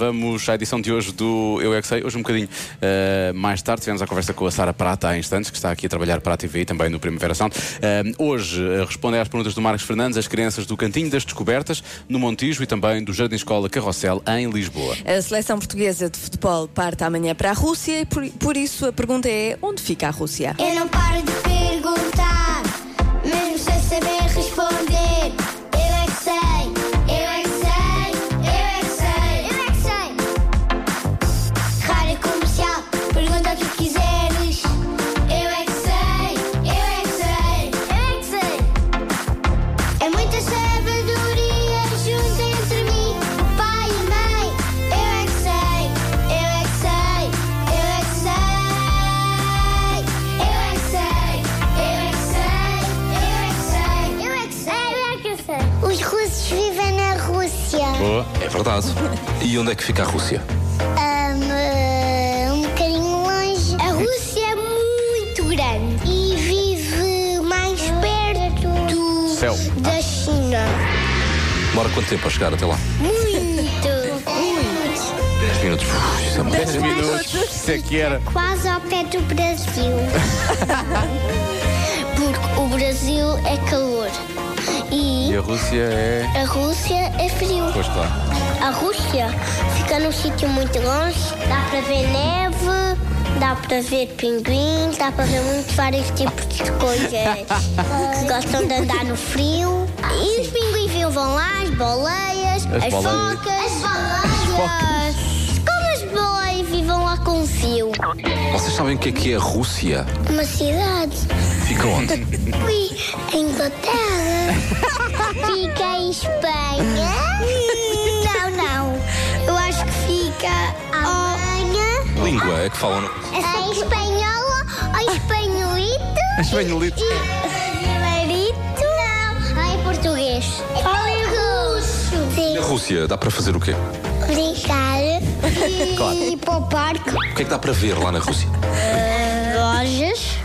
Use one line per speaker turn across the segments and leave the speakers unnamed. Vamos à edição de hoje do Eu é que Sei. Hoje um bocadinho eh, mais tarde tivemos a conversa com a Sara Prata há instantes, que está aqui a trabalhar para a TV e também no Primavera Sound. Eh, hoje eh, respondem às perguntas do Marcos Fernandes, as crianças do Cantinho das Descobertas, no Montijo e também do Jardim Escola Carrossel, em Lisboa.
A seleção portuguesa de futebol parte amanhã para a Rússia e por, por isso a pergunta é: onde fica a Rússia?
Eu não paro de perguntar, mesmo sem saber responder. Eu é que sei, eu é que sei, eu é que sei, eu é que sei. Rádio comercial, pergunta o que quiseres. Eu é que sei, eu é que sei, eu é que sei. É muita sabedoria junto entre mim, o pai e a mãe. Eu é que sei, eu é que sei, eu é que sei. Eu é que sei, eu é que sei, eu é que sei, eu é que sei. Eu é que sei, Os russos vivem na Rússia.
Boa.
É verdade. E onde é que fica a Rússia?
um bocadinho longe. A Rússia é muito grande e vive mais perto do,
Céu.
da China.
Demora quanto tempo a chegar até lá?
Muito.
10 minutos. Uf, Isso é muito.
10 minutos, se é que era.
Quase ao pé do Brasil. Porque o Brasil é calor
E
e
a Rússia é.
a Rússia é frio.
Pois claro.
A Rússia fica num sítio muito longe, dá para ver neve, dá para ver pinguins, dá para ver muitos vários tipos de coisas que gostam de andar no frio. E os pinguins vão lá, as boleias,
As
as,
boleias.
focas, as boleias. Como as boleias vivam lá com fio?
Vocês sabem o que é que é a Rússia?
Uma cidade.
Fica onde?
Fui em Inglaterra. fica em Espanha. não, não. Eu acho que fica Alemanha.
Língua é que falam. no-
Em espanhola ou espanholito?
Espanholito.
Brasileirito? Não. ah, Em português. Fala em russo. Sim.
Na Rússia dá para fazer o quê?
Brincar e ir para o parque.
O que é que dá para ver lá na Rússia?
lojas,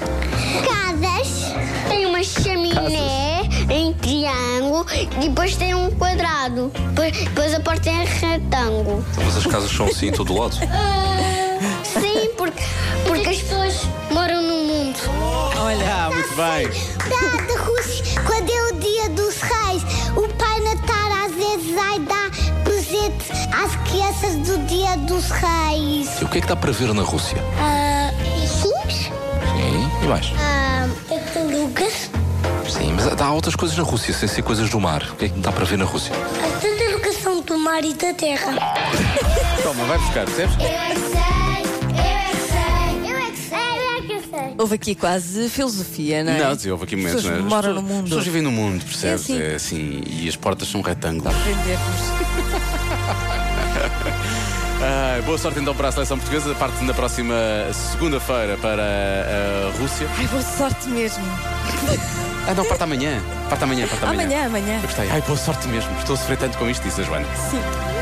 casas, tem uma chaminé em triângulo e depois tem um quadrado. Depois, depois a porta é retângulo.
Mas as casas são assim em todo lado.
Sim, porque, porque as pessoas moram no mundo. assim,
Olha, muito bem.
Da, da Rússia, quando é o dia dos reis, o Pai Natal às vezes vai dar presente às crianças do dia dos reis.
E o que é que dá para ver na Rússia?
Ah, sim?
Sim, e mais?
Ah, tartarugas.
Sim, mas há- há outras coisas na Rússia, sem ser coisas do mar. O que é que dá para ver na Rússia?
As tartarugas são do mar e da terra.
Toma, vai buscar, percebes?
Eu é que sei, eu é que sei, eu é que sei, eu é que sei.
Houve aqui quase filosofia, não é?
Não, sim, houve aqui momentos,
Pessoas
não é?
moram
As
no
pessoas- As
mundo.
pessoas vivem no mundo, percebes?
É assim.
É assim. E as portas são retângulos.
Aprendemos.
Ah, boa sorte então para a seleção portuguesa. Parte na próxima segunda-feira para a Rússia.
Ai, boa sorte mesmo.
Ah, não, parte amanhã. Parte amanhã, parte amanhã.
Amanhã, amanhã.
Eu gostei. Ai, boa sorte mesmo. Estou a sofrer tanto com isto, disse a Joana.
Sim.